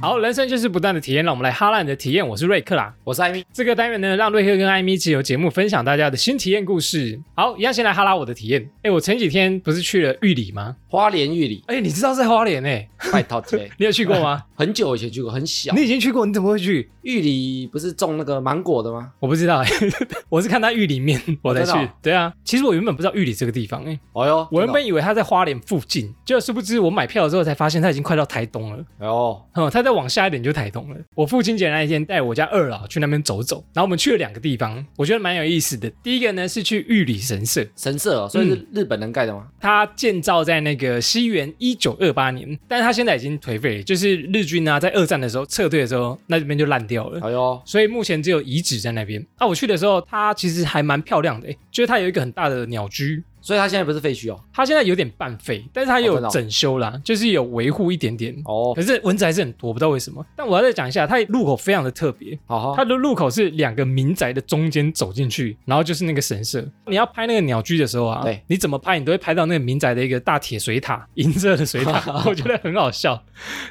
好，人生就是不断的体验，让我们来哈烂的体验。我是瑞克啦，我是艾米，这个单元呢，让瑞克跟艾米借由节目分享大家的新体验故事。好，一样先来哈拉我的体验。哎，我前几天不是去了玉里吗？花莲玉里哎，你知道在花莲哎、拜托之类， 你有去过 吗？很久以前去过，很小。你已经去过，你怎么会去？玉里不是种那个芒果的吗？我不知道哎、 我是看他玉里面我才真的去哦。对啊，其实我原本不知道玉里这个地方哎、哦哟，我原真的本以为他在花莲附近，就殊不知我买票的时候才发现他已经快到台东了。哦哦，他再往下一点就台东了。我父亲节那一天带我家二老去那边走走，然后我们去了两个地方，我觉得蛮有意思的。第一个呢是去玉里神社，哎呦神社哦，所以嗯是日本人盖的吗？它建造在那个西元一九二八年，但是它现在已经颓废了，就是日军啊在二战的时候撤退的时候，那边就烂掉了。哎呦，所以目前只有遗址在那边。啊，我去的时候，它其实还蛮漂亮的、欸，就是它有一个很大的鸟居，所以它现在不是废墟哦。它现在有点半废，但是它也哦有真的哦整修啦，就是有维护一点点。哦，可是蚊子还是很多，不知道为什么。但我要再讲一下，它入口非常的特别，好好，它的入口是两个民宅的中间走进去，然后就是那个神社。你要拍那个鸟居的时候啊对，你怎么拍你都会拍到那个民宅的一个大铁水塔，银色的水 塔，我觉得很好笑。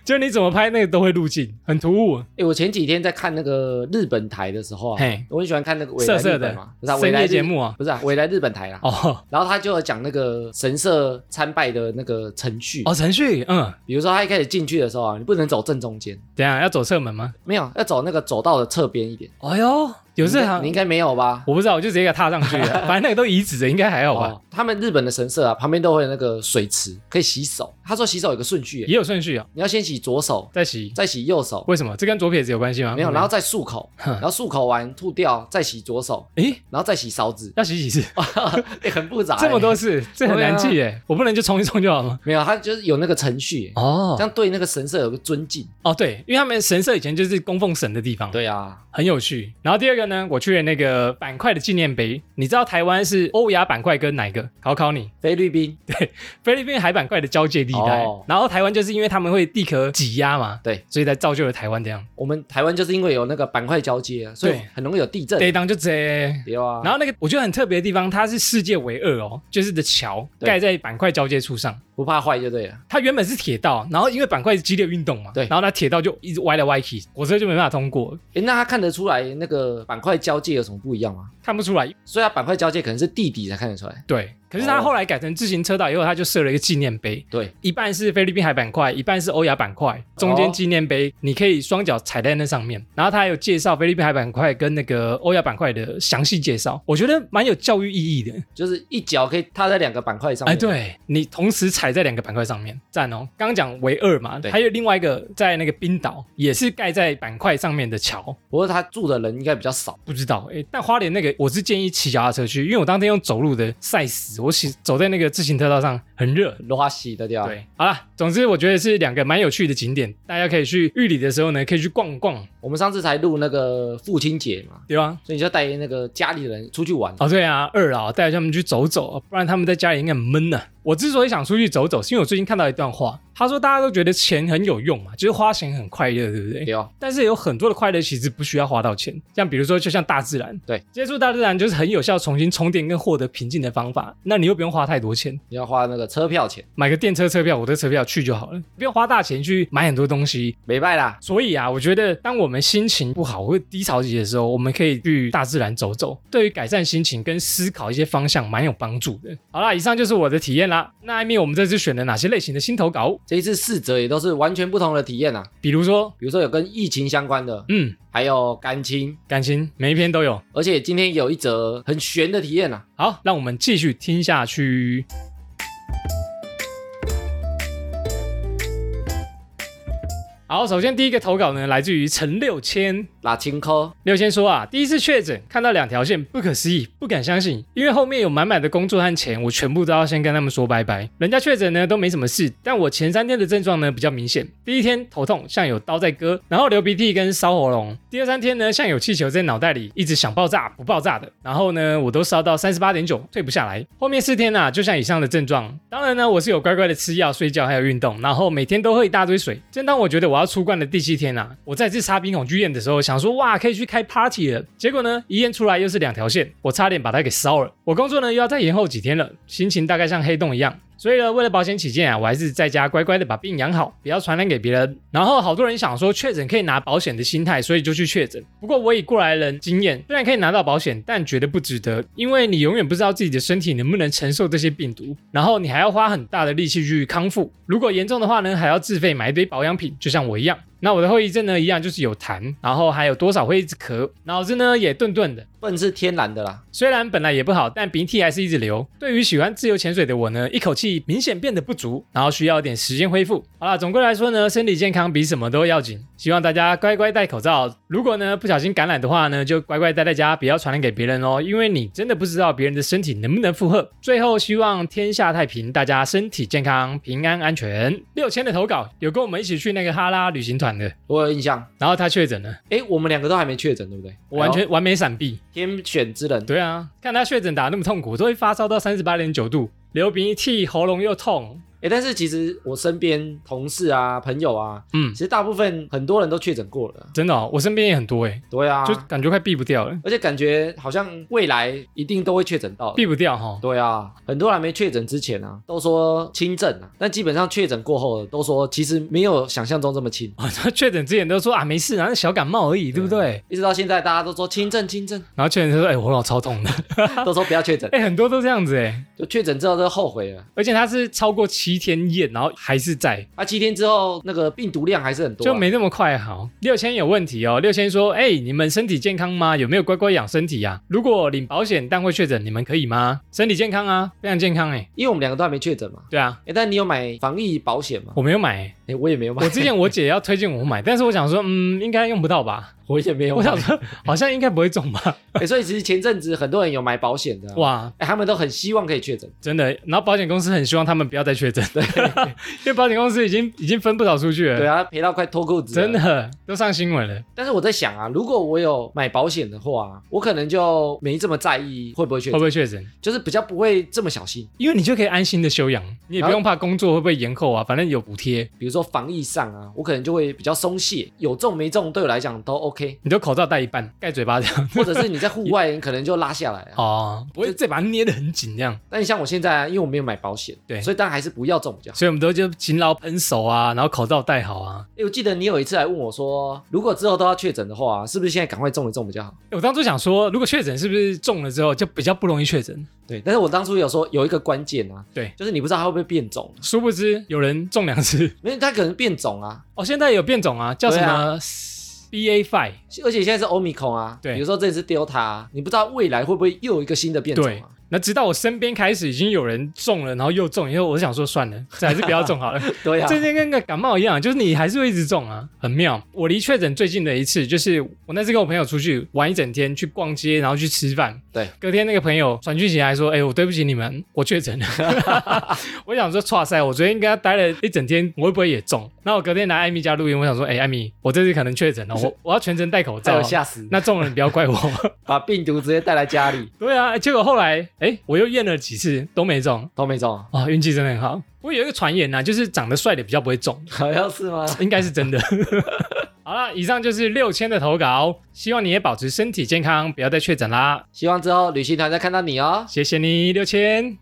就是你怎么拍那个都会入镜，很突兀。哎，我前几天在看那个日本台的时候啊嘿，我很喜欢看那个未来色日色本的嘛，不是啊未深来夜日节，目啊，不是啊未来日本台啦。哦然后他就有讲那个神社参拜的那个程序，哦，程序，嗯，比如说他一开始进去的时候啊，你不能走正中间，等一下要走侧门吗？没有，要走那个走道的侧边一点。哎呦，有这行你应该没有吧？我不知道，我就直接给它踏上去 了。反正那个都遗址的，应该还好吧？哦，他们日本的神社啊，旁边都会有那个水池可以洗手。他说洗手有个顺序耶，也有顺序啊，你要先洗左手，再洗。再洗右手，为什么？这跟左撇子有关系吗？没有，然后再漱口，嗯哼然后漱口完吐掉，再洗左手，诶，然后再洗 勺子，要洗几次？ 欸、很复杂、这么多欸。次，这很难记对耶。我不能就冲一冲就好吗？没有，他就是有那个程序耶，哦这样对那个神社有个尊敬。哦，对，因为他们神社以前就是供奉神的地方，，对啊，很有趣。然后第二个呢，我去了那个板块的纪念碑，你知道台湾是欧亚板块跟哪一个？考考你，菲律宾菲律宾海板块的交界地带。哦然后台湾就是因为他们会地壳挤压嘛，对，所以才造就了台湾这样。我们台湾就是因为有那个板块交接啊，所以对很容易有地震。对，当就这。对啊，然后那个我觉得很特别的地方，它是世界唯二哦，就是的桥对盖在板块交界处上。不怕坏就对了。它原本是铁道，然后因为板块激烈运动嘛，对然后它铁道就一直歪来歪去，火车就没办法通过，诶，那他看得出来那个板块交界有什么不一样吗？看不出来。所以它板块交界可能是地底才看得出来。对，可是它哦后来改成自行车道以后，它就设了一个纪念碑，对，哦一半是菲律宾海板块，一半是欧亚板块，中间纪念碑、你可以双脚踩在那上面。然后它还有介绍菲律宾海板块跟那个欧亚板块的详细介绍，我觉得蛮有教育意义的。就是一脚可以踏在两个板块上面。哎，对你同时踩在两个板块上面，赞哦！刚刚讲唯二嘛，对还有另外一个在那个冰岛，也是盖在板块上面的桥，不过他住的人应该比较少。不知道哎。但花莲那个，我是建议骑脚踏车去，因为我当天用走路的晒死，我骑走在那个自行车道上很热。罗西的对吧？，对，好啦，总之我觉得是两个蛮有趣的景点，大家可以去玉里的时候呢，可以去逛逛，我们上次才录那个父亲节嘛，对吧？所以你就带那个家里人出去玩。哦，对啊，二啊，带他们去走走，不然他们在家里应该很闷呢、我之所以想出去走走，是因为我最近看到一段话，他说大家都觉得钱很有用嘛，就是花钱很快乐，对不对？对哦，但是有很多的快乐其实不需要花到钱，像比如说，就像大自然，对，接触大自然就是很有效重新充电跟获得平静的方法。那你又不用花太多钱，你要花那个车票钱，买个电车车票、火车车票去就好了，不用花大钱去买很多东西。没拜啦。所以啊，我觉得当我们心情不好或者低潮期的时候，我们可以去大自然走走，对于改善心情跟思考一些方向蛮有帮助的。好啦，以上就是我的体验啦。那艾米，我们这次选了哪些类型的新投稿？这一次四则也都是完全不同的体验啊，比如说，比如说有跟疫情相关的，嗯，还有感情，感情，每一篇都有。而且今天有一则很悬的体验啊。好，让我们继续听下去。好，首先第一个投稿呢，来自于陈六千。拉青科，六千说啊，第一次确诊，看到两条线，不可思议，不敢相信，因为后面有满满的工作和钱，我全部都要先跟他们说拜拜。人家确诊呢都没什么事，但我前三天的症状呢比较明显，第一天头痛，像有刀在割，然后流鼻涕跟烧喉咙；第二三天呢，像有气球在脑袋里，一直想爆炸不爆炸的，然后呢，我都烧到三十八点九，退不下来。后面四天啊，就像以上的症状，当然呢，我是有乖乖的吃药、睡觉还有运动，然后每天都喝一大堆水。正当我觉得我要出关的第七天啊，我再次擦鼻孔去验的时候，想说哇，可以去开 party 了。结果呢，一验出来又是两条线，我差点把它给烧了。我工作呢又要再延后几天了，心情大概像黑洞一样。所以呢，为了保险起见啊，我还是在家乖乖的把病养好，不要传染给别人。然后好多人想说确诊可以拿保险的心态，所以就去确诊。不过我以过来人经验，虽然可以拿到保险，但觉得不值得，因为你永远不知道自己的身体能不能承受这些病毒，然后你还要花很大的力气去康复。如果严重的话呢，还要自费买一堆保养品，就像我一样。那我的后遗症呢，一样就是有痰，然后还有多少会一直咳，脑子呢也顿顿的。笨是天然的啦，虽然本来也不好，但鼻涕还是一直流。对于喜欢自由潜水的我呢，一口气明显变得不足，然后需要一点时间恢复。好啦，总归来说呢，身体健康比什么都要紧。希望大家乖乖戴口罩，如果呢不小心感染的话呢，就乖乖待在家，不要传染给别人哦，因为你真的不知道别人的身体能不能负荷。最后，希望天下太平，大家身体健康，平安安全。六千的投稿有跟我们一起去那个哈拉旅行团的，我有印象。然后他确诊了，哎，我们两个都还没确诊，对不对？我完哎全完美闪避。呦天选之人，对啊，看他确诊打得那么痛苦，都会发烧到三十八点九度，流鼻涕，喉咙又痛。哎，但是其实我身边同事啊、朋友啊，嗯其，实大部分很多人都确诊过了。真的、哦，我身边也很多哎、对啊，就感觉快避不掉了，而且感觉好像未来一定都会确诊到的。避不掉 哈。对啊，很多人还没确诊之前啊，都说轻症啊，但基本上确诊过后都说其实没有想象中这么轻。我说确诊之前都说啊没事啊，那小感冒而已，对不对？一直到现在，大家都说轻症轻症，然后确诊就说哎、喉咙超痛的，都说不要确诊。哎、很多都这样子哎、就确诊之后就后悔了。而且他是超过七天验，然后还是在，啊，七天之后那个病毒量还是很多啊、就没那么快好。六千有问题哦，六千说：“哎、你们身体健康吗？有没有乖乖养身体呀、如果领保险但会确诊，你们可以吗？身体健康啊，非常健康哎、因为我们两个都还没确诊嘛。对啊，哎，但你有买防疫保险吗？我没有买、哎哎、我也没有买，我之前我姐要推荐我买，但是我想说，嗯，应该用不到吧？我也没有我买想。说，好像应该不会中 吧？哎、所以其实前阵子很多人有买保险的、啊，哇、哇，他们都很希望可以确诊。真的。然后保险公司很希望他们不要再确诊，因为保险公司已经已经分不少出去了，对啊，赔到快脱裤子。真。的都上新闻了。但是我在想啊，如果我有买保险的话，我可能就没这么在意会不会确会不诊，会确诊？就是比较不会这么小心。因为你就可以安心的休养，你也不然后用怕工作会不会延后啊，反正有补贴。比如说防疫上啊，我可能就会比较松懈，有中没中对我来讲都 OK。 你就口罩戴一半，盖嘴巴这 样。或者是你在户外，你可能就拉下来啊。哦，不会再把它捏得很紧这样。但像我现在啊，因为我没有买保险，对所以当然还是不要中比较好。所以我们都就勤劳喷手啊，然后口罩戴好啊。哎、我记得你有一次还问我说，如果之后都要确诊的话，是不是现在赶快中一中比较好？我当初想说，如果确诊是不是中了之后就比较不容易确诊？对，但是我当初有说有一个关键啊，对就是你不知道它会不会变种，殊不知有人中两次。因为它可能变种啊， 哦，现在有变种啊，叫什么 BA five？而且现在是 Omicron 啊，对比如说这次 Delta，、啊、你不知道未来会不会又有一个新的变种对啊？。那直到我身边开始已经有人中了，然后又中，以后我就想说算了，这还是不要中好了。对啊，这就跟个感冒一样，就是你还是会一直中啊，很妙。我离确诊最近的一次，就是我那次跟我朋友出去玩一整天，去逛街，然后去吃饭。对，隔天那个朋友传讯息来说：“哎、我对不起你们，我确 诊了。”我想说，哇塞，我昨天跟他待了一整天，我会不会也中？然后我隔天来艾米家录音，我想说：“哎、艾米，我这次可能确诊了， 我我要全程戴口再罩有。吓死，”哦那中了你不要怪我。 把病毒直接带来家里 对啊，结果后来哎、我又验了几次都没中，都没中，哇、运气真的很好。不过有一个传言呐、就是长得帅的比较不会中。好像是吗？ 应该是真的。好了，以上就是六千的投稿，希望你也保持身体健康，不要再确诊啦。希望之后旅行团再看到你哦。谢谢你，六千。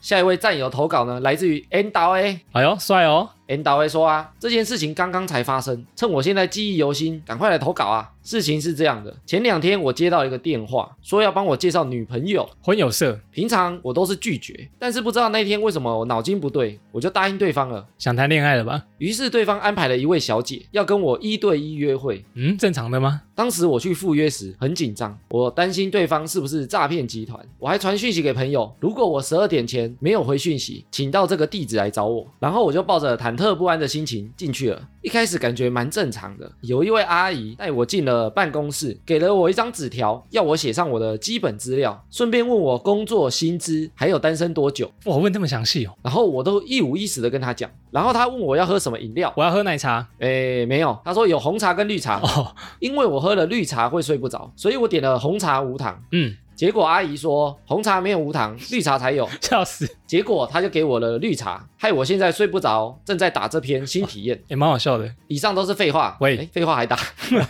下一位战友投稿呢，来自于 N 导 A。哎呦，帅哦！ N 导 A 说啊，这件事情刚刚才发生，趁我现在记忆犹新，赶快来投稿啊！事情是这样的，前两天我接到一个电话，说要帮我介绍女朋友。婚有色，平常我都是拒绝，但是不知道那天为什么我脑筋不对，我就答应对方了。想谈恋爱了吧？于是对方安排了一位小姐要跟我一对一约会。嗯，正常的吗？当时我去赴约时很紧张，我担心对方是不是诈骗集团，我还传讯息给朋友，如果我十二点前没有回讯息，请到这个地址来找我。然后我就抱着忐忑不安的心情进去了。一开始感觉蛮正常的，有一位阿姨带我进了办公室，给了我一张纸条，要我写上我的基本资料，顺便问我工作、薪资，还有单身多久。哇，问这么详细哦！然后我都一五一十的跟他讲，然后他问我要喝什么饮料，我要喝奶茶诶，没有，他说有红茶跟绿茶，哦。因为我喝了绿茶会睡不着，所以我点了红茶无糖。嗯，结果阿姨说红茶没有无糖，绿茶才有。笑死，结果她就给我了绿茶，害我现在睡不着，正在打这篇新体验。也蛮好笑的。以上都是废话，喂诶废话还打。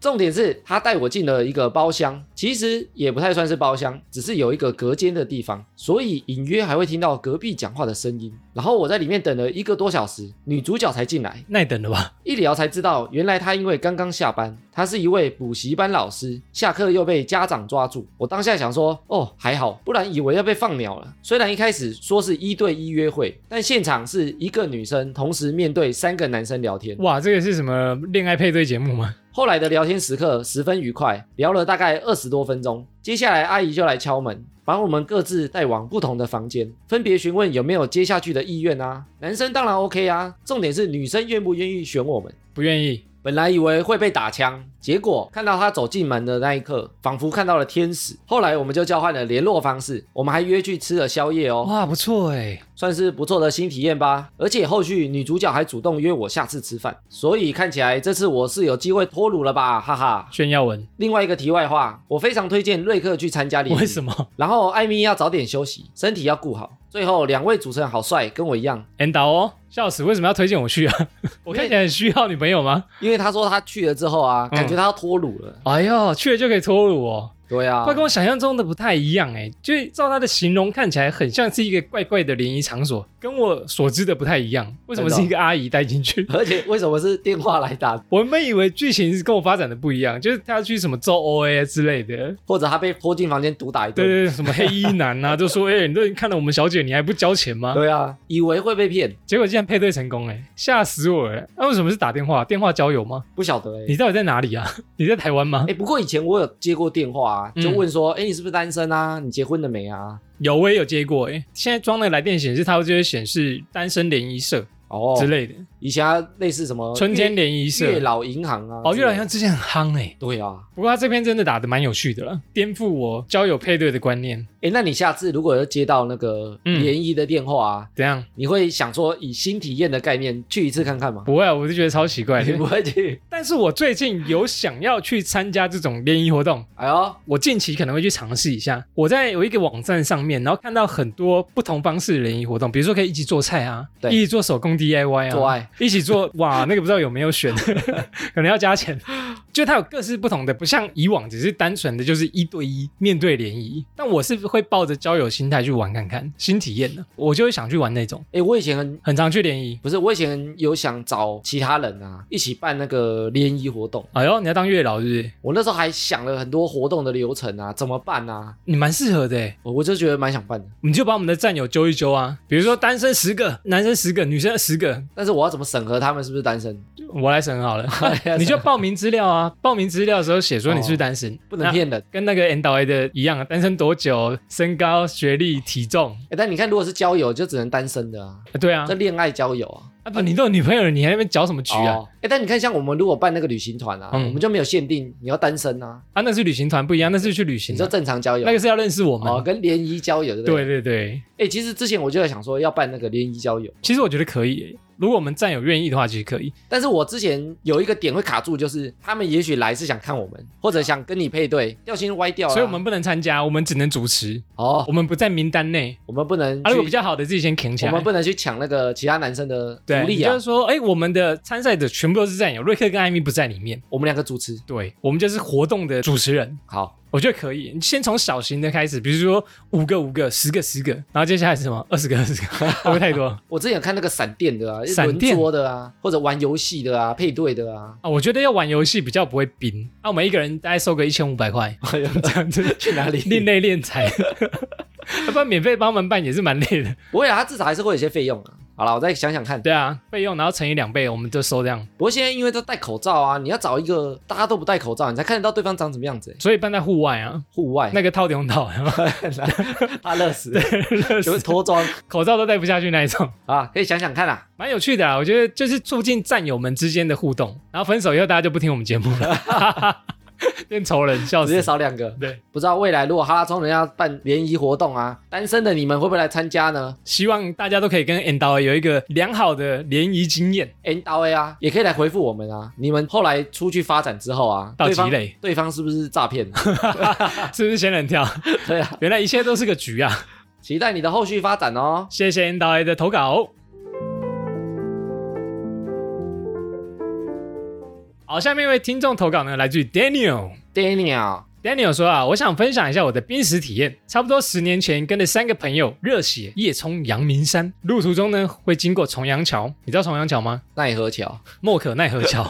重点是他带我进了一个包厢，其实也不太算是包厢，只是有一个隔间的地方，所以隐约还会听到隔壁讲话的声音。然后我在里面等了一个多小时，女主角才进来，耐等了吧？一聊才知道，原来她因为刚刚下班，她是一位补习班老师，下课又被家长抓住。我当下想说，哦，还好，不然以为要被放鸟了。虽然一开始说是一对一约会，但现场是一个女生同时面对三个男生聊天。哇，这个是什么恋爱配对节目吗？后来的聊天时刻十分愉快，聊了大概二十多分钟。接下来，阿姨就来敲门，把我们各自带往不同的房间，分别询问有没有接下去的意愿啊。男生当然 OK 啊，重点是女生愿不愿意选我们。不愿意，本来以为会被打枪，结果看到他走进门的那一刻，仿佛看到了天使。后来我们就交换了联络方式，我们还约去吃了宵夜哦。哇，不错哎，算是不错的新体验吧。而且后续女主角还主动约我下次吃饭，所以看起来这次我是有机会脱乳了吧，哈哈。炫耀文。另外一个题外话，我非常推荐瑞克去参加联谊。为什么然后艾米要早点休息，身体要顾好。最后两位主持人好帅，跟我一样， ？N 导哦，笑死！为什么要推荐我去啊？ 我看起来很需要女朋友吗？因为他说他去了之后嗯啊，感觉他要脱乳了。哎呦，去了就可以脱乳哦，对啊，快跟我想象中的不太一样哎。就是照他的形容，看起来很像是一个怪怪的联谊场所，跟我所知的不太一样。为什么真的哦是一个阿姨带进去？而且为什么是电话来打，我们以为剧情是跟我发展的不一样，就是他要去什么做 OA 之类的，或者他被拖进房间毒打一对顿？对，对什么黑衣男啊，就说哎、你都已经看了我们小姐，你还不交钱吗？对啊，以为会被骗，结果竟然配对成功哎、吓死我了！那、为什么是打电话？电话交友吗？不晓得哎、欸。你到底在哪里啊？你在台湾吗哎、？不过以前我有接过电话嗯啊，就问说，哎、你是不是单身啊？你结婚了没啊？有我也有接过哎、现在装的来电显示，它就会显示单身联谊社哦，之类的，以前啊类似什么春天联谊月社。老银行啊，哦，月老像行，之前很夯哎、对啊。不过他这篇真的打的蛮有趣的了，颠覆我交友配对的观念。哎、那你下次如果要接到那个嗯联谊的电话啊，怎样？你会想说以新体验的概念去一次看看吗？不会、啊，我就觉得超奇怪你 的。不会去？但是我最近有想要去参加这种联谊活动，哎呦，我近期可能会去尝试一下。我在有一个网站上面，然后看到很多不同方式的联谊活动，比如说可以一起做菜啊，对一起做手工 DIY 啊，做爱一起做 哇，那个不知道有没有选， 可能要加钱。就它有各式不同的，不像以往只是单纯的就是一对一面对联谊，但我是会抱着交友心态去玩看看，新体验的，我就会想去玩那种，哎、我以前很很常去联谊。不是，我以前有想找其他人啊，一起办那个联谊活动。哎呦，你要当月老是不是？我那时候还想了很多活动的流程啊，怎么办啊？你蛮适合的欸我我就觉得蛮想办的，你就把我们的战友揪一揪啊，比如说单身十个，男生十个，女生十个，但是我要怎么审核他们是不是单身？我来审好 了 审。你就报名资料啊，报名资料的时候写说你是不是单身，哦不能 骗人。那。跟那个 N 导 A 的一样，单身多久、身高、学历、体重，哎、但你看，如果是交友，就只能单身的啊，啊对啊这，恋爱交友啊。啊不，你都有女朋友了，你还在那边搅什么局啊？哦，哎、但你看，像我们如果办那个旅行团啊，嗯我们就没有限定你要单身啊，啊，那是旅行团不一样，那是去旅你行就啊，正常交友。那个是要认识我们。哦，跟联谊交友对不对？对对对，哎、其实之前我就在想说要办那个联谊交友，其实我觉得可以耶，如果我们战友愿意的话，其实可以。但是我之前有一个点会卡住，就是他们也许来是想看我们，或者想跟你配对，调性歪掉了啊。啊所以我们不能参加，我们只能主持，哦，我们不在名单内。我们不能啊，如果去比较好的自己先扛起我来。们不能去抢那个其他男生的福对，利也就啊是！说，哎、我们的参赛者全部都是战友，瑞克跟艾米不在里面。我们两个主持对，我们就是活动的主持人，好，我觉得可以。你先从小型的开始，比如说五个、五个、十个、十个，然后接下来是什么？二十个、二十个，会不会太多 啊？我之前有看那个闪电的啊，闪轮电桌的啊，或者玩游戏的啊，配对的啊，我觉得要玩游戏比较不会冰。那、我们一个人大概收个一千五百块，这样子哎去哪里？ 另类敛财。要不然免费帮忙办也是蛮累的，不会啊，他至少还是会有一些费用啊。好了，我再想想看。对啊，费用然后乘以两倍，我们就收这样，不过现在因为都戴口罩啊，你要找一个大家都不戴口罩，你才看得到对方长什么样子、欸。所以办在户外啊，户外那个套顶 套，然后怕 热死，就是脱妆口罩都戴不下去那一种。啊，可以想想看啊。蛮有趣的啊，我觉得就是促进战友们之间的互动，然后分手以后大家就不听我们节目了， 变仇人，笑直接死。少两个。对，不知道未来如果哈拉充人家办联谊活动啊，单身的你们会不会来参加呢希望大家都可以跟 Endao 有一个良好的联谊经验。 ？N O A 啊，也可以来回复我们啊。你们后来出去发展之后啊，到对几方类对方是不是诈 骗？是不是仙人跳？ 对啊，原来一切都是个局啊！期待你的后续发展哦。谢谢 Endao A 的投稿。好，下面一位听众投稿呢，来自于 Daniel。 Daniel， Daniel 说啊，我想分享一下我的濒死体验。差不多十年前，跟着三个朋友热血夜冲阳明山，路途中呢会经过重阳桥，你知道重阳桥吗？奈何 桥，莫可奈何桥。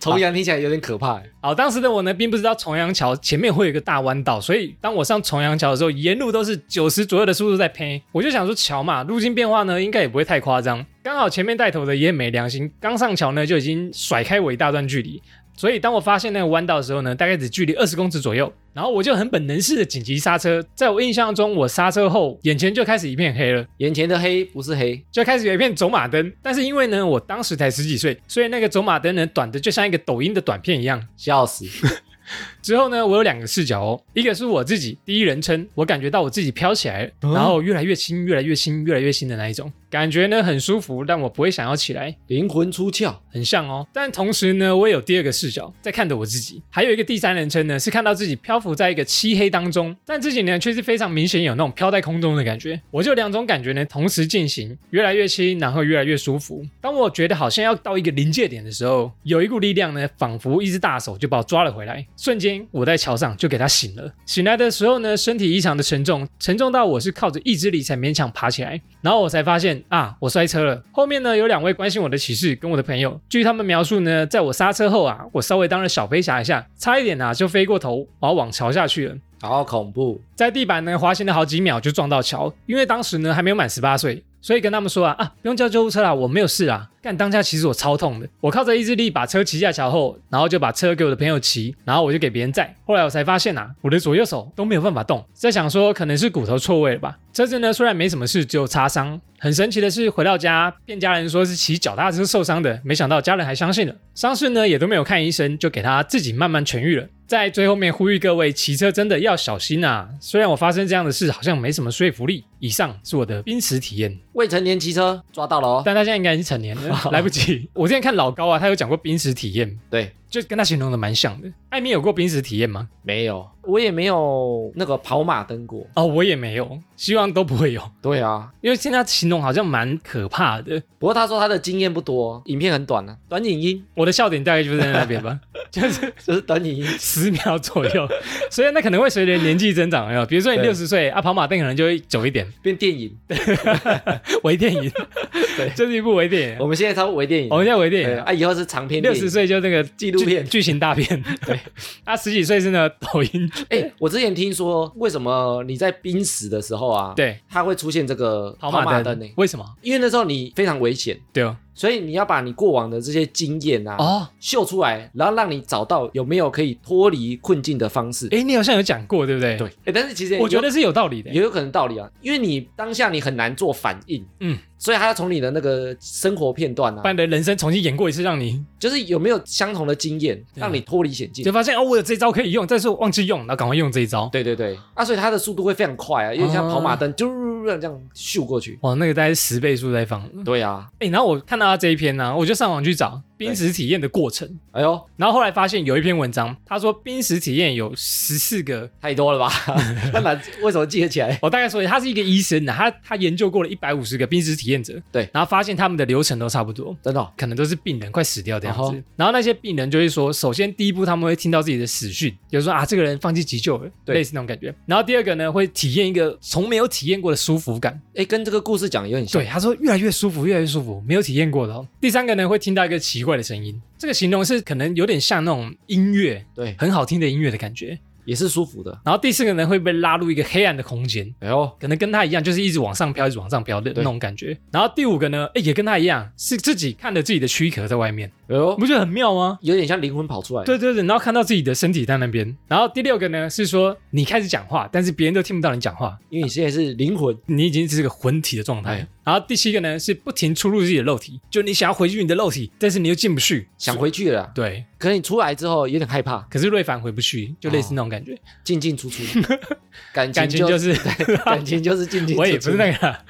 重阳听起来有点可怕欸。好，当时的我呢，并不知道重阳桥前面会有一个大弯道，所以当我上重阳桥的时候，沿路都是九十左右的速度在拼。我就想说，桥嘛，路径变化呢，应该也不会太夸张。刚好前面带头的也没良心，刚上桥呢就已经甩开我一大段距离。所以当我发现那个弯道的时候呢，大概只距离二十公尺左右，然后我就很本能式的紧急刹车。在我印象中，我刹车后，眼前就开始一片黑了。眼前的黑不是黑，就开始有一片走马灯，但是因为呢，我当时才十几岁，所以那个走马灯呢，短的就像一个抖音的短片一样，笑 死。之后呢，我有两个视角哦，一个是我自己第一人称，我感觉到我自己飘起来了，然后越来越轻，越来越轻，越来越轻的那一种感觉呢，很舒服，但我不会想要起来，灵魂出窍，很像哦。但同时呢，我也有第二个视角在看着我自己，还有一个第三人称呢，是看到自己漂浮在一个漆黑当中，但自己呢却是非常明显有那种飘在空中的感觉。我就两种感觉呢同时进行，越来越轻，然后越来越舒服。当我觉得好像要到一个临界点的时候，有一股力量呢，仿佛一只大手就把我抓了回来，瞬间我在桥上就给它醒了。醒来的时候呢，身体异常的沉重，沉重到我是靠着意志力才勉强爬起来。然后我才发现啊，我摔车了。后面呢，有两位关心我的骑士跟我的朋友，据他们描述呢，在我刹车后啊，我稍微当了小飞侠一下，差一点啊就飞过头，然后往桥下去了。好恐怖！在地板呢滑行了好几秒就撞到桥，因为当时呢还没有满十八岁，所以跟他们说啊啊不用叫救护车啦，我没有事啦。但当下其实我超痛的，我靠着意志力把车骑下桥后，然后就把车给我的朋友骑，然后我就给别人载。后来我才发现啊，我的左右手都没有办法动，在想说可能是骨头错位了吧。车子呢虽然没什么事，只有擦伤。很神奇的是，回到家骗家人说是骑脚踏车受伤的，没想到家人还相信了。伤势呢也都没有看医生，就给他自己慢慢痊愈了。在最后面呼吁各位骑车真的要小心啊！虽然我发生这样的事好像没什么说服力。以上是我的濒死体验，未成年骑车抓到了哦。但他现在应该已经成年了， 来不及。我之前看老高啊，他有讲过濒死体验，对，就跟他形容的蛮像的。艾米有过濒死体验吗？没有，我也没有那个跑马灯过。哦，我也没有，希望都不会有，对啊，因为现在形容好像蛮可怕的。不过他说他的经验不多，影片很短啊，短影音我的笑点大概就是在那边 吧，就是就是短影音。十秒左右，所以那可能会随着年纪增长，有没有比如说你对六十岁啊，跑马灯可能就会久一点，变电影， 微电 影，对这是一部微 电我影，们现在差不多微电影我，们叫微电对影。啊，以后是长篇六电影十。岁就那个纪录片剧剧情大 片，对，啊，十几岁是那个抖音剧，哎、我之前听说，为什么你在濒死的时候啊，，对，它会出现这个跑马马灯呢、为什么？因为那时候你非常危险，对哦，所以你要把你过往的这些经验啊、哦，秀出来，然后让你找到有没有可以脱离困境的方式。哎，你好像有讲过，对不对？对，，哎、但是其实我觉有得是有道理的。也有可能道理啊，因为你当下你很难做反应，嗯，所以他要从你的那个生活片段把啊，你的人生重新演过一次，让你就是有没有相同的经验，让你脱离险境就。发现哦，我有这招可以用，但是我忘记用，然后赶快用这一招。对对对，啊，所以它的速度会非常快啊，因为像哦跑马灯，就这样咻过去。哇，那个大概是十倍速在放。对啊，哎，然后我看到他这一篇呢，我就上网去找濒死体验的过程，哎呦，然后后来发现有一篇文章，他说濒死体验有十四个，太多 了吧？那哪为什么记得起来？哦我大概说一下，他是一个医生啊，他他研究过了一百五十个濒死体验者，对然后发现他们的流程都差不多。真的哦、可能都是病人快死掉的样子哦吼然后那些病人就会说，首先第一步他们会听到自己的死讯，比如说啊这个人放弃急救了，对类似那种感觉。然后第二个呢，会体验一个从没有体验过的舒服感，哎，跟这个故事讲有点像。对，他说越来越舒服，越来越舒服，没有体验过的、哦。第三个呢，会听到一个奇怪的声音，这个形容是可能有点像那种音乐，对，很好听的音乐的感觉。也是舒服的。然后第四个呢会被拉入一个黑暗的空间，哎呦，可能跟他一样，就是一直往上飘，一直往上飘的对那种感觉。然后第五个呢，哎，也跟他一样，是自己看着自己的躯壳在外面，哎呦你，不觉得很妙吗？有点像灵魂跑出来。对对对，然后看到自己的身体在那边。然后第六个呢是说，你开始讲话，但是别人都听不到你讲话，因为你现在是灵魂，你已经是个魂体的状态哎。然后第七个呢是不停出入自己的肉体，就你想要回去你的肉体，但是你又进不去。想回去了啦，对，可是你出来之后有点害怕，可是瑞凡回不去，就类似那种感觉，进进 出出，感情感情就就是 是感情就是进进出出。我也不是那个 啦。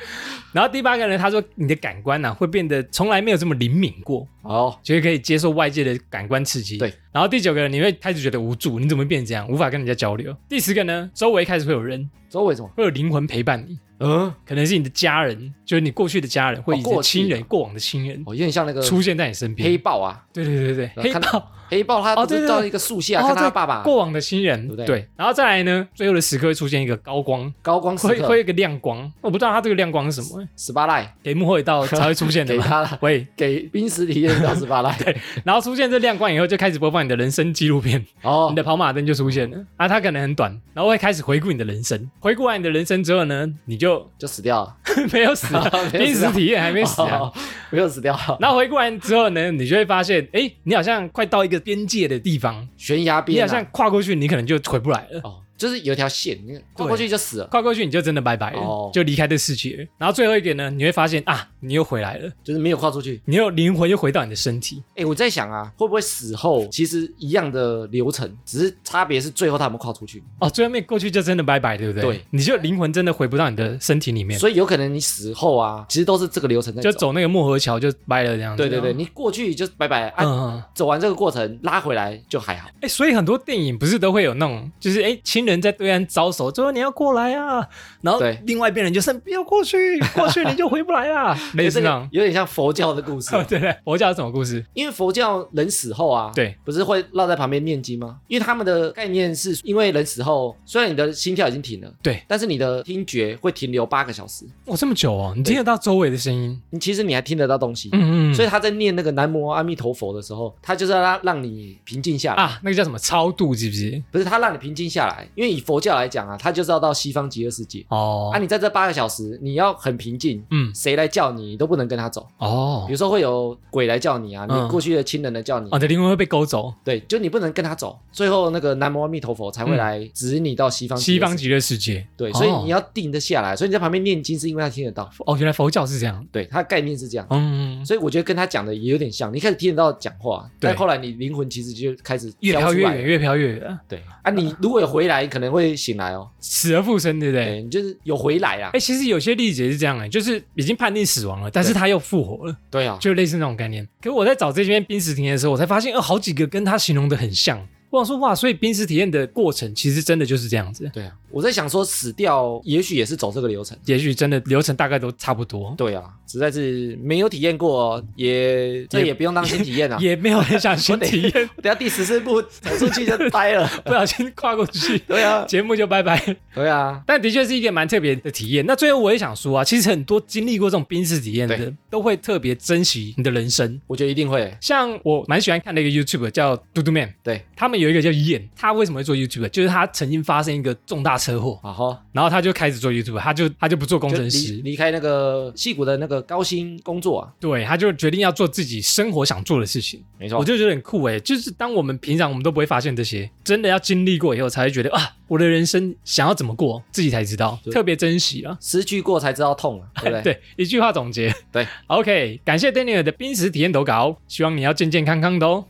然后第八个呢，他说你的感官呢、啊、会变得从来没有这么灵敏过，哦，就是可以接受外界的感官刺激。对。然后第九个呢，你会开始觉得无助，你怎么会变成这样，无法跟人家交流。第十个呢，周围开始会有人，周围什么？会有灵魂陪伴你，嗯，可能是你的家人，就是你过去的家人，或以前的亲人、过往的亲人哦，有点像那个出现在你身边。黑豹啊，对对对对，黑看豹黑豹他哦不对是对到对一个树下哦看他对爸爸过往的亲人，对不对然后再来呢，最后的时刻会出现一个高光，高光时会会刻，有一个亮光，我不知道它这个亮光是什么、欸，十 八赖给幕后一道才会出现的 给吧？他了，喂，给濒死体验到十 八赖。然后出现这亮光以后，就开始播放你的人生纪录片，哦你，的跑马灯就出现了。啊，它可能很短，然后会开始回顾你的人生。回顾完你的人生之后呢，你就 就死掉了，，没有死啊 没有濒死啊死体验还没死啊哦。没有死掉，然后回顾完之后呢，你就会发现，哎，你好像快到一个边界的地方，悬崖你边好啊像跨过去，你可能就回不来了。哦，就是有一条线，你跨过去就死了，跨过去你就真的拜拜了，哦就离开这世界了。然后最后一个呢，你会发现啊，你又回来了，就是没有跨出去。你又灵魂又回到你的身体。哎，我在想啊，会不会死后其实一样的流程，只是差别是最后他有没有跨出去。哦，最后面过去就真的拜拜，对不对？对，你就灵魂真的回不到你的身体里面，所以有可能你死后啊，其实都是这个流程在就走。走那个漠河桥就掰了这样子。对对对，，你过去就拜拜啊，嗯，哎、走完这个过程拉回来就还好。诶所以很多电影不是都会有那种，就是哎，亲人在对岸招手，就说你要过来啊，然后对另外一边人就说不要过去，过去你就回不来 啦，类似哎这那个种。有点像佛教的 故事，对 对，佛教是什么故事？因为佛教人死后啊，对，不是会绕在旁边念经吗？因为他们的概念是，因为人死后，虽然你的心跳已经停了，对，但是你的听觉会停留八个小时，哇，这么久哦，你听得到周围的声音？你其实你还听得到东西。嗯嗯，所以以他在念那个南无阿弥陀佛的时候，他就是要让让你平静下来，啊，那个叫什么超度是不是？不是他让你平静下来，因为以佛教来讲啊，他就是要到西方极乐世界。哦啊，，你在这八个小时，你要很平静，嗯，谁来叫你，你都不能跟他走。哦比如，说会有鬼来叫你啊，嗯你过去的亲人来叫你，哦，你的灵魂会被勾走，对，就你不能跟他走。最后那个南无阿弥陀佛才嗯会来指你到西方西极乐世界。方极乐哦世界。对，哦所以你要定得下来。所以你在旁边念经，是因为他听得到。哦，原来佛教是这样。对，他的概念是这样。嗯，所以我觉得跟他讲的也有点像，你一开始听得到讲话，对但后来你灵魂其实就开始越飘飘出越来远，了。越飘越远，对啊，你如果有回来，可能会醒来哦。哎死而复生，对不对？对，你就是有回来啦哎、。其实有些丽姐是这样的、就是已经判定死亡了，但是对她又复活了，对啊，就类似那种概念。可我在找这篇濒死体验的时候，我才发现，呃，好几个跟她形容的很像。我想说，哇，所以濒死体验的过程其实真的就是这样子，对啊，我在想说死掉，也许也是走这个流程。也许真的流程大概都差不多，对啊，实在是没有体验过，也这也不用当新体验啊。也没有很想先体 验，等一下第十 四步走出去就呆了。不小心跨过去，对啊，节目就拜拜。对啊，但的确是一个蛮特别的体验。那最后我也想说啊，其实很多经历过这种濒死体验的对，都会特别珍惜你的人生。我觉得一定会。像我蛮喜欢看的一个 YouTube 叫嘟嘟 Man，对，他们有一个叫燕，他为什么会做 YouTube？就是他曾经发生一个重大车祸，然后然后他就开始做 YouTube，他就他就不做工就程离师，离开那个戏骨的那个高薪工作啊，对，他就决定要做自己生活想做的事情。没我，就觉得很酷诶、欸就是当我们平常我们都不会发现这些，真的要经历过以后，才会觉得啊，我的人生想要怎么过，自己才知道，就特别珍惜啊。失去过才知道痛啊， 对不对？对，一句话总结。对，OK，感谢 Daniel 的濒死体验投稿，希望你要健健康康的哦。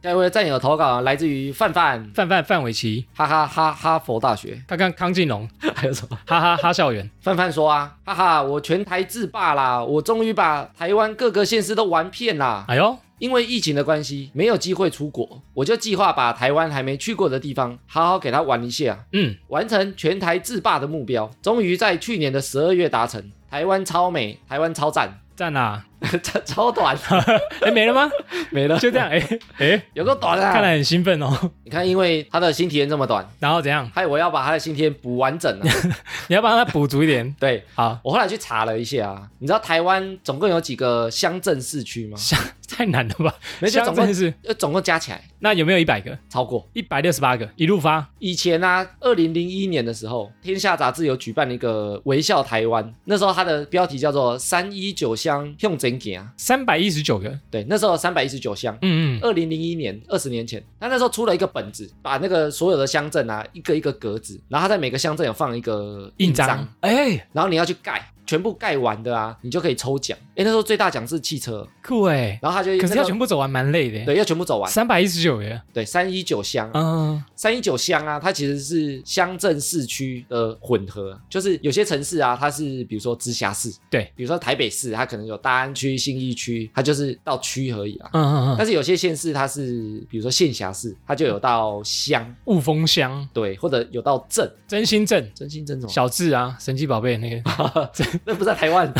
下一位战友投稿啊来自于范范，范范范玮琪，哈哈哈哈佛大学，看看康靖龙， 还有什么？哈哈哈校园。范范说啊，哈哈，我全台制霸啦，我终于把台湾各个县市都玩遍啦。哎呦，因为疫情的关系，没有机会出国，我就计划把台湾还没去过的地方好好给他玩一下。嗯，完成全台制霸的目标，终于在去年的十二月达成。台湾超美，台湾超赞， 赞啦！啊超超短， 哎，没了吗？没了，就这样，哎哎，有个短啊！看来很兴奋哦。你看，因为他的新体验这么短，然后怎样？害我要把他的新体验补完整啊。 你要帮他补足一点。对好，我后来去查了一下啊，你知道台湾总共有几个乡镇市区吗？香 太难了吧？没就香总真共是，呃总共加起来那有没有一百个？超过。一百六十八个，一路发。以前啊，二零零一年的时候，《天下》杂志有举办了一个“微笑台湾”，那时候它的标题叫做“三一九乡用整景啊三百一十九个，”。对，那时候三百一十九乡。嗯嗯，二零零一年，二十年前，他那时候出了一个本子，把那个所有的乡镇啊，一个一个格子，然后他在每个乡镇有放一个印印章，哎、然后你要去盖，全部盖完的啊，你就可以抽奖。哎，那时候最大奖是汽车，酷哎、然后他就可是那要个全部走完蛮累的、欸，对要全部走完，三百一十九个，对三一九乡。嗯，三一九乡啊，它其实是乡镇市区的混合，就是有些城市啊，它是比如说直辖市，对，比如说台北市，它可能有大安区、信义区，它就是到区而已啊。嗯嗯嗯，但是有些县市它是，比如说县辖市，它就有到乡，雾峰乡、对，或者有到镇，真心镇、真心镇什么？小智啊，神奇宝贝那 个那不是在台湾。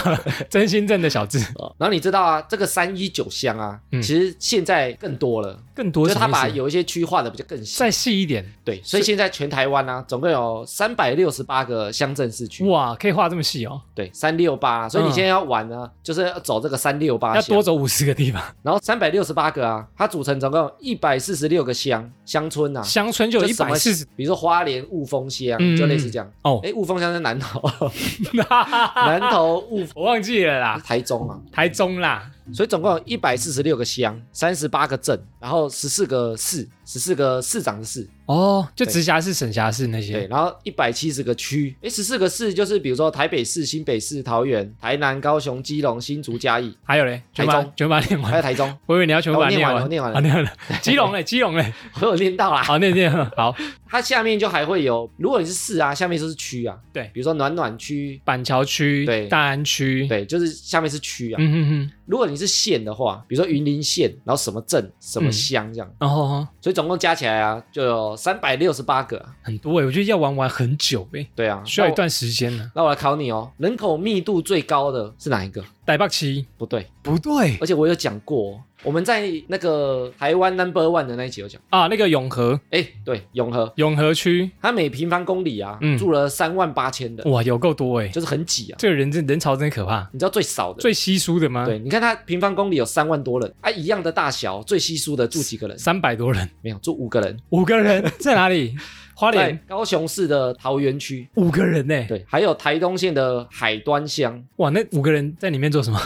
真心镇的小智，哦然后你知道啊，这个三一九乡啊，嗯其实现在更多了，更就多是什它么意思把有一些区划的比较更细。再细一点，对，所以现在全台湾啊，总共有三百六十八个乡镇市区。哇，可以画这么细哦，对，三六八，所以你嗯现在要玩呢、就是要走这个三六八要多乡，走五十个地方，然后三百六十八个啊，它组成总共一百四十六个乡乡村啊，乡村就有一什百么四十，比如说花莲雾峰乡，嗯就类似这样。哦哎，雾峰乡在南投， 南投雾我忘记了啦，台中啊，台中啦，所以总共有一百四十六个乡，三十八个镇，然后十四个市，十四个市长的市，哦，就对直辖市、省辖市那对，些，然后一百七十个区，哎，十四个市就是比如说台北市、新北市、桃园、台南、高雄、基隆、新竹、嘉义，还有嘞，全部把台中全部把它念还有完，台中， 我以为你要全部把它哦念完完，了念完了啊念完了， 基隆 嘞，基隆嘞，我有念到啦。好，念 念好，它下面就还会有，如果你是市啊，下面就是区啊，对比如说暖暖区，板桥区、对大安区，对，就是下面是区啊。嗯哼哼，如果你是县的话，比如说云林县，然后什么镇、什嗯么乡这样，然后哦所以总共加起来啊，就有三百六十八个啊。很多哎、我觉得要玩玩很久哎、对啊，需要一那我。段时间呢。那我来考你哦，人口密度最高的是哪一个？台北七不对，不对而且我有讲过哦、我们在那个台湾 Number One 的那一集有讲，啊，那个永和哎，对，永和，永和区，它每平方公里啊、嗯住了三万八千人，哇，有够多哎、就是很挤啊。这个人真人潮真可怕，你知道最少的最啊稀疏的吗？对，你看它平方公里有三万多人，啊，一样的大小，最稀疏的住几个人？三百多人，没有，住五个人。五个人在哪里？ 花在莲高雄市的桃园区，五个人呢、对，还有台东县的海端乡，哇，那五个人在里面做什么？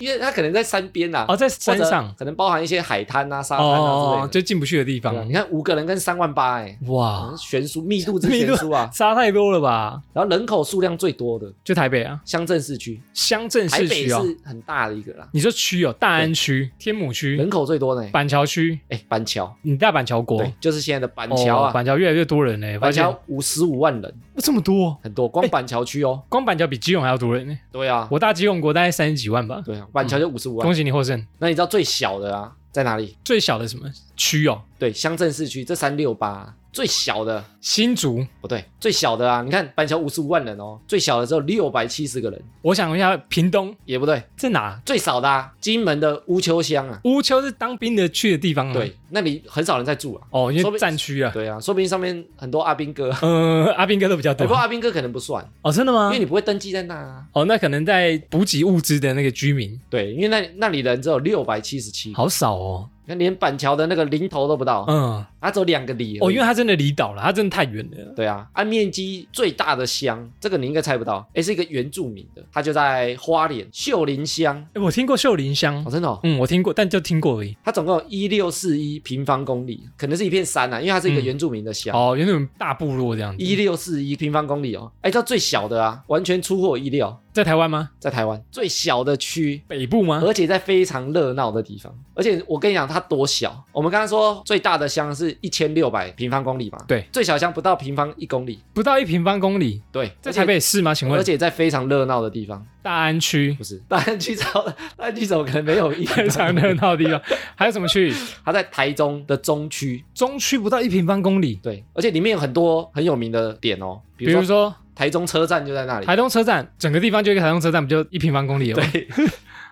因为它可能在山边啊，哦，在或山者上可能包含一些海滩啊、沙滩啊哦，之类的。就进不去的地对啊方。你看五个人跟三万八，哎，哇，悬殊密度 之密度悬殊啊。差太多了吧？然后人口数量最多的就台北啊，乡镇市区，乡镇台市北区哦。是很大的一个啦，你说区哦，大安区、天母区、人口最多的，哎板桥区，哎，板桥，你大板桥国对，，就是现在的板桥哦啊，板桥越来越多人呢，发板现桥五十五万人，哇这么多，很多，光板桥区哦。光板桥比基隆还要多人呢。对啊，哎我大基隆国大概三十几万吧，对啊，板桥就五十五万。恭喜你获胜。那你知道最小的啊在哪里？最小的什么区哦？对，乡镇市区这三六八最小的新竹。不对，最小的啊，你看板桥五十五万人哦，最小的只有六百七十个人，我想一下，屏东也不对，在哪？最少的啊，金门的乌丘乡啊，乌丘是当兵的去的地方吗？，对，那里很少人在住啊。哦，因说为不定战区啊。对啊，说不定上面很多阿兵哥，嗯，阿兵哥都比较哎不多过。阿兵哥可能不算，哦，真的吗因为？你不会登记在那啊。哦，那可能在补给物资的那个居民对，因为那那里人只有六百七十七，好少哦。那连板桥的那个零头都不到，嗯，它只有两个里而已。哦，因为它真的离岛了，它真的太远了。对啊，按面积最大的乡，这个你应该猜不到，诶，是一个原住民的，他就在花莲秀林乡，诶哎我听过秀林乡哦，，真的、哦，嗯，我听过，但就听过而已。它总共有一六四一平方公里，可能是一片山啊，因为它是一个嗯原住民的乡。哦，有那种大部落这样子。一六四一平方公里哦，哎，这最小的啊，完全出乎我意料，在台湾吗？在台湾最小的区，北部吗？而且在非常热闹的地方。而且我跟你讲，它多小，我们刚刚说最大的乡是一千六百平方公里嘛，对，最小乡不到平方一公里，不到一平方公里，对，在而且台，北市吗？请而问且在非常热闹的地方，大安区 不是，大安区超，大安区怎么可能没有一非常热闹的地方，还有什么区？它在台中的中区，中区不到一平方公里，对，而且里面有很多很有名的点哦，比比如如说说台中车站就在那里，台东车站，整个地方就一个台东车站，不就一平方公里了吗？对，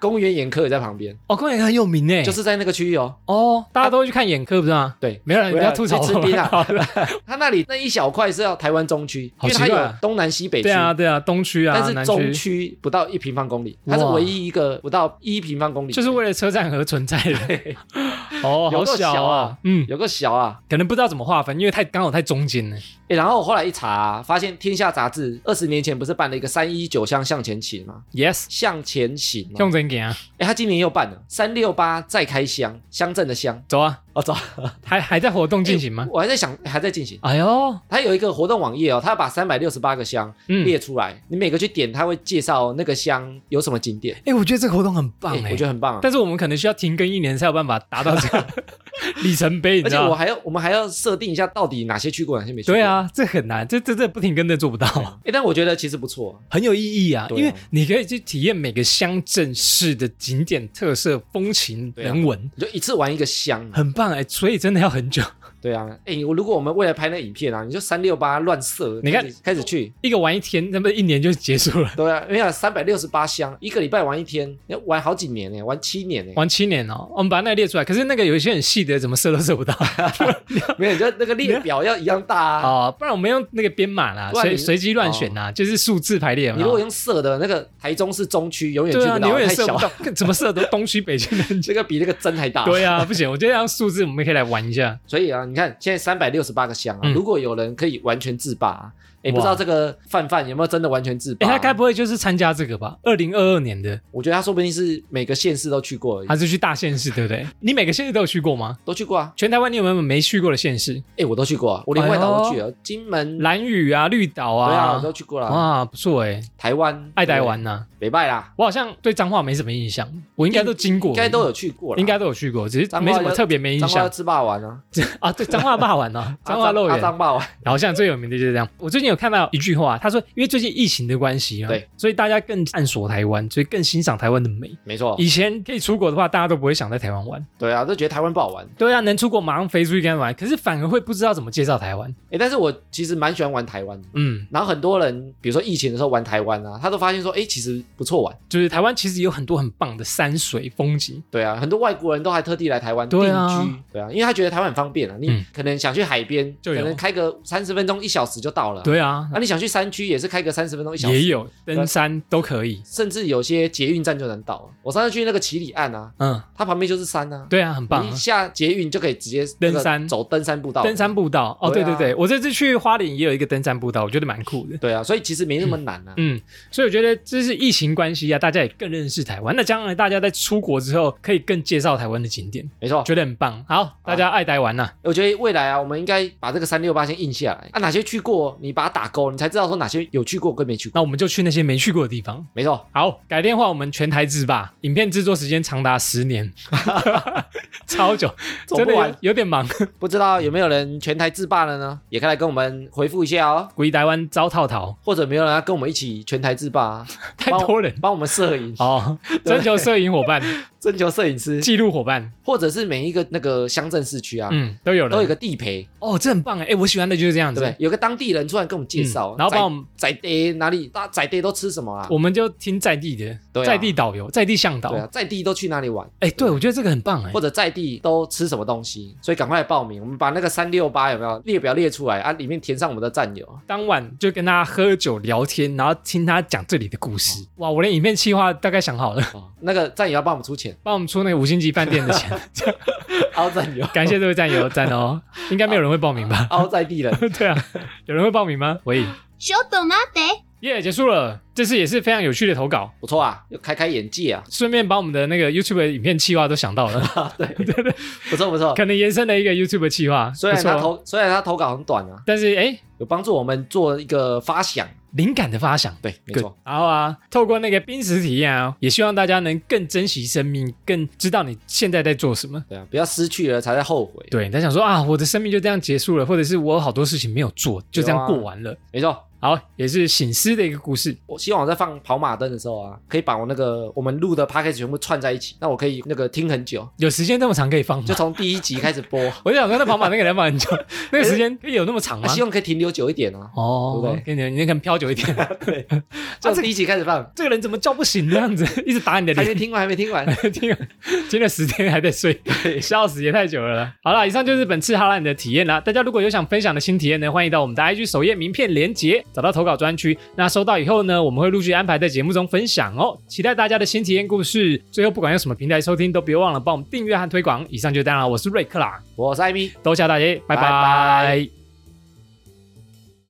公园眼科也在旁边，哦，公园很有名诶，就是在那个区域欸哦。哦，大家都会去看眼科，不是吗？对，没有人回不来要吐槽去我啊们吃 槟榔好了它那里那一小块是要台湾中区，好因为它奇怪有啊东南西北区对。啊，对啊，东区啊，但是南中区区不到一平方公里，它是哇唯一一个不到一平方公里，就是为了车站而存在的。哦，有好够小啊啊，嗯，有个小啊。可能不知道怎么划分，因为太刚好太中间了。诶然后我后来一查、发现《天下》杂志二十年前不是办了一个三一九项向前行吗？ Yes，向前行哦，用真点啊，哎，他今年又办了三六八再开箱，乡镇的乡。走啊，哦，走，还还在活动进行吗？ 我还在想，还在进行。哎呦，他有一个活动网页哦，他把三百六十八个乡嗯，列出来，你每个去点，他会介绍那个乡有什么景点。哎，我觉得这个活动很棒哎哎，我觉得很棒啊。但是我们可能需要停更一年才有办法达到这个里程碑，你而知且道我吗？还要，我们还要设定一下到底哪些去过，哪些没去过。对，啊，这很难，这这这不停更真的做不到。哎，但我觉得其实不错。很有意义啊，对啊因为你可以去体验每个乡镇市的景点特色、风情、对啊人文，你就一次玩一个乡，很棒哎、所以真的要很久， 对啊，哎，我如果我们未来拍那影片啊，你就三六八乱射，你看开始开始去，一个玩一天，那么一年就结束了，对啊，没有三百六十八乡，一个礼拜玩一天，要玩好几年呢，玩七年呢，玩七年哦。我们把那列出来，可是那个有一些很细的，怎么设都设不到 没有，你就那 个列表要一样大啊。哦，不然我们用那个编码啦，不然随你哦随机乱选啦，就是数字排列嘛。你如果用色的那个台中市中区，永远去对啊，不你到，永远太设小不了，到， 怎么设都东区北区南区。 这个比那个针还大。对啊，不行，我觉得让数字我们可以来玩一 下。所以啊，你看现在三百六十八个乡啊嗯，如果有人可以完全自拔啊，哎，哇不知道这个范范有没有真的完全自哎、拔他该啊？不会就是参加这个吧？二零二二年的，我觉得他说不定是每个县市都去过而已他，是去大县市，对不对？你每个县市都有去过吗？都去过啊。全台湾你有没有没去过的县市？哎，我都去过啊，我连外岛都去了，金门、蓝屿啊、绿岛对啊，我啊，都去过了，哇，不错哎，台湾、爱台湾呐。对、北拜啦，我好像对彰化没什么印象，我应该都经过，应该都，有去过啦，应该都有去过，只是彰化没什么就特别没印彰化要象吃霸王啊，啊。对，彰化霸王 啊，彰化肉啊圆，彰霸王， 好像最有名的就是这样。我最近有看到一句话，他说，因为最近疫情的关系啊，对，所以大家更探索台湾，所以更欣赏台湾的美。没错，以前可以出国的话，大家都不会想在台湾玩。对啊，都觉得台湾不好玩。对啊，能出国马上飞出去跟他玩，可是反而会不知道怎么介绍台湾。哎，但是我其实蛮喜欢玩台湾的。嗯，然后很多人，比如说疫情的时候玩台湾啊，他都发现说，哎，其实不错玩。就是台湾其实有很多很棒的山水风景，对啊，很多外国人都还特地来台湾定对啊居。对啊，因为他觉得台湾很方便啊，嗯你可能想去海边，就可有能开个三十分钟一小时就到了。，对啊，啊，你想去山区也是开个三十分钟一小也时，啊有登山都可以。甚至有些捷运站就能到。我上次去那个七里岸啊，嗯，它旁边就是山啊，对啊，很棒你啊一。下捷运就可以直接那个登山走登山步道。登山步道哦，对对对啊对，我这次去花莲也有一个登山步道，我觉得蛮酷的。对啊，所以其实没那么难啊。嗯，所以我觉得这是疫情关系啊，大家也更认识台湾。那将来大家在出国之后，可以更介绍台湾的景点，没错，觉得很棒。好，大家爱台湾呐，我觉得未来啊，我们应该把这个三六八先印下来啊，哪些去过，你把它打勾，你才知道说哪些有去过跟没去过。那我们就去那些没去过的地方。没错，好，改天换我们全台制霸，影片制作时间长达十年， 超久， 走真不的完有。有点忙。不知道有没有人全台自霸了呢？也可以来跟我们回复一下哦。回台湾遭套逃，或者有没有人要跟我们一起全台自霸、啊， 太帮我多人帮我们摄影， 哦，征求摄影伙伴、征求摄影师，记录伙伴，或者是每一个那个乡镇市区啊，嗯，都有都有一了。个地陪，哦，这很棒哎，我喜欢的就是这样子对不。对？有个当地人出来跟我们介绍，嗯然后帮我们们，在地哪里大在地都吃什么啊？我们就听在地的，对啊在地导游、在地向导对。啊，在地都去哪里玩，哎，对，我觉得这个很棒哎或。者在地都吃什么东西，所以赶快来报名。我们把那个三六八有没有列表列出来啊？里面填上我们的战友，当晚就跟他喝酒聊天，然后听他讲这里的故事。哦哇，我连影片企划大概想好了，那个战友要帮我们 出钱，帮我们出那个五星级饭店的 钱。凹战友，感谢这位战友赞哦，应该没有人会报名 吧？凹在地人，对啊，有人会报名 吗？喂，ちょっと待って。耶，结束了，这次也是非常有趣的投稿。不错啊，又开开眼界啊，顺便把我们的那个 YouTube 的影片企划都想到了，不错 不错。可能延伸了一个 YouTube 企划，虽然不错啊他投虽然他投稿很短啊，但是哎，有帮助我们做一个发想，灵感的发想。对，没错，然后啊，透过那个濒死体验啊，也希望大家能更珍惜生命，更知道你现在在做什么。对啊，不要失去了才在后悔，对，你在想说啊，我的生命就这样结束了，或者是我有好多事情没有做，就这样有啊过完了。没错，好，也是醒狮的一个故事。我希望我在放跑马灯的时候啊，可以把我那个我们录的 p a c k a g e 全部串在一起，那我可以那个听很久，有时间这么长可以放吗就？从第一集开始播， 我就想说，那跑马那个人放很久， 那个时间哎有那么长啊、吗？希望可以停留久一点啊，对哦不，给你，你可能飘久一点。 就从第一集开始放，这个人怎么叫不醒这样子， 一直打你的还脸没。听完，还没听完。 听了听了十天还在睡，笑死也太久了啦。好了，以上就是本次哈兰的体验啦。大家如果有想分享的新体验呢，欢迎到我们的 IG 首页名片连接，找到投稿专区。那收到以后呢，我们会陆续安排在节目中分享哦。期待大家的新体验故事。最后，不管用什么平台收听，都别忘了帮我们订阅和推广。以上就这样了，我是瑞克啦，我是艾米，多谢大家，拜拜拜拜